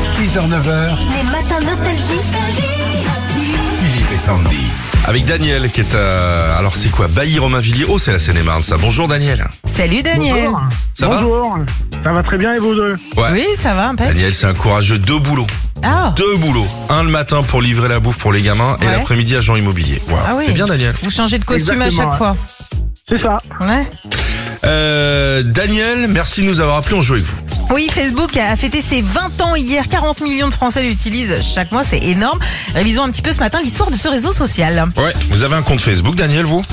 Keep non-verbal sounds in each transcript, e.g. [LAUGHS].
6h, 9h, Les matins nostalgiques. Philippe et Sandy. Avec Daniel qui est à... Alors c'est quoi Bailly-Romainvilliers Oh c'est la Seine-et-Marne ça. Bonjour Daniel. Salut Daniel. Bonjour. Ça va Bonjour. Ça va très bien et vous deux Ouais. Oui, ça va un peu. Daniel c'est un courageux deux boulots. Ah, Deux boulots. Un le matin pour livrer la bouffe pour les gamins et Ouais. l'après-midi agent immobilier. Wow. Ah oui. C'est bien Daniel. vous changez de costume à Exactement, chaque fois. C'est ça. Ouais. Euh, Daniel, merci de nous avoir appelés, on joue avec vous. Oui, Facebook a fêté ses 20 ans hier. 40 millions de Français l'utilisent chaque mois, c'est énorme. Révisons un petit peu ce matin l'histoire de ce réseau social. Ouais, vous avez un compte Facebook Daniel vous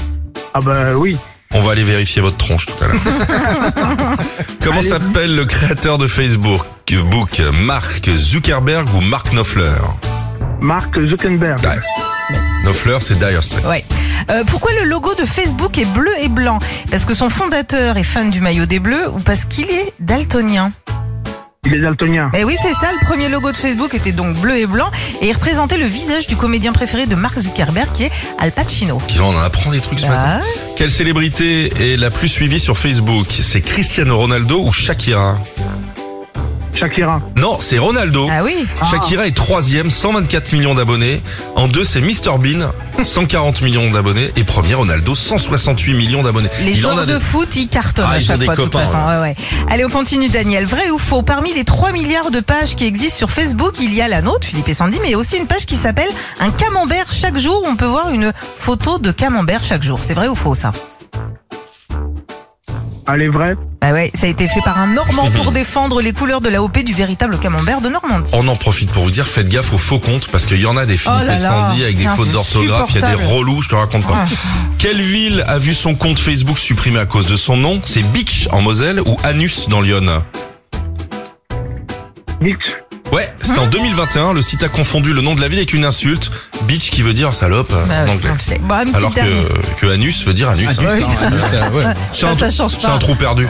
Ah bah oui. On va aller vérifier votre tronche tout à [LAUGHS] l'heure. Comment s'appelle le créateur de Facebook Book, Mark Zuckerberg ou Mark Knopfler Mark Zuckerberg. Ouais. Knopfler, c'est Dire Straits. Ouais. Euh, pourquoi le logo de Facebook est bleu et blanc Parce que son fondateur est fan du maillot des bleus ou parce qu'il est daltonien Il est daltonien. Eh oui, c'est ça. Le premier logo de Facebook était donc bleu et blanc et il représentait le visage du comédien préféré de Mark Zuckerberg qui est Al Pacino. Qui, On en apprend des trucs ce matin. Ah. Quelle célébrité est la plus suivie sur Facebook C'est Cristiano Ronaldo ou Shakira Shakira. Non, c'est Ronaldo. ah oui. Shakira est troisième, 124 millions d'abonnés. En deux, c'est Mr Bean, 140 [LAUGHS] millions d'abonnés. Et premier, Ronaldo, 168 millions d'abonnés. Les Il en joueurs a de des- foot, ils cartonnent Ah, à ils ont chaque des fois, de toute copains, façon. Ouais, ouais. Allez, on continue, Daniel. Vrai ou faux Parmi les 3 milliards de pages qui existent sur Facebook, il y a la nôtre, Philippe et Sandy, mais aussi une page qui s'appelle Un camembert chaque jour. On peut voir une photo de camembert chaque jour. C'est vrai ou faux, ça Elle est vraie. Bah ouais, ça a été fait par un Normand [LAUGHS] pour défendre les couleurs de l'AOP du véritable camembert de Normandie. On en profite pour vous dire, faites gaffe aux faux comptes, parce qu'il y en a des Philippe Oh là et Sandy là, avec des c'est fautes d'orthographe, il y a des insupportable. Ah. relous, je te raconte pas. Quelle ville a vu son compte Facebook supprimé à cause de son nom C'est Beach en Moselle ou Anus dans l'Yonne Nick. Ouais, Hein c'était en 2021, le site a confondu le nom de la ville avec une insulte, Beach qui veut dire salope euh, Bah en ouais, anglais. on le sait. Bon, un petit Alors dernier. que, que Anus veut dire Anus. hein. Ouais, C'est ça, un ça trou- change C'est pas. un trou perdu.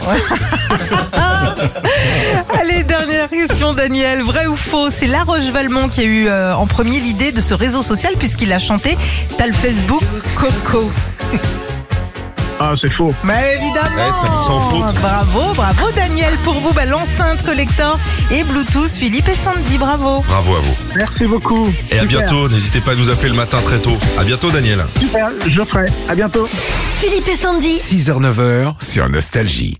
Allez, dernière question, Daniel. Vrai ou faux C'est La Roche-Valmont qui a eu euh, en premier l'idée de ce réseau social puisqu'il a chanté T'as le Facebook Coco. Ah, c'est faux. Mais évidemment Ouais, Eh, ça me s'en fout. Bravo, bravo Daniel Pour vous, bah, l'enceinte collector et Bluetooth, Philippe et Sandy, bravo Bravo à vous. Merci beaucoup. Et à Super. bientôt, n'hésitez pas à nous appeler le matin très tôt. À bientôt Daniel. Super, je ferai. À bientôt. Philippe et Sandy. 6h, 9h sur Nostalgie.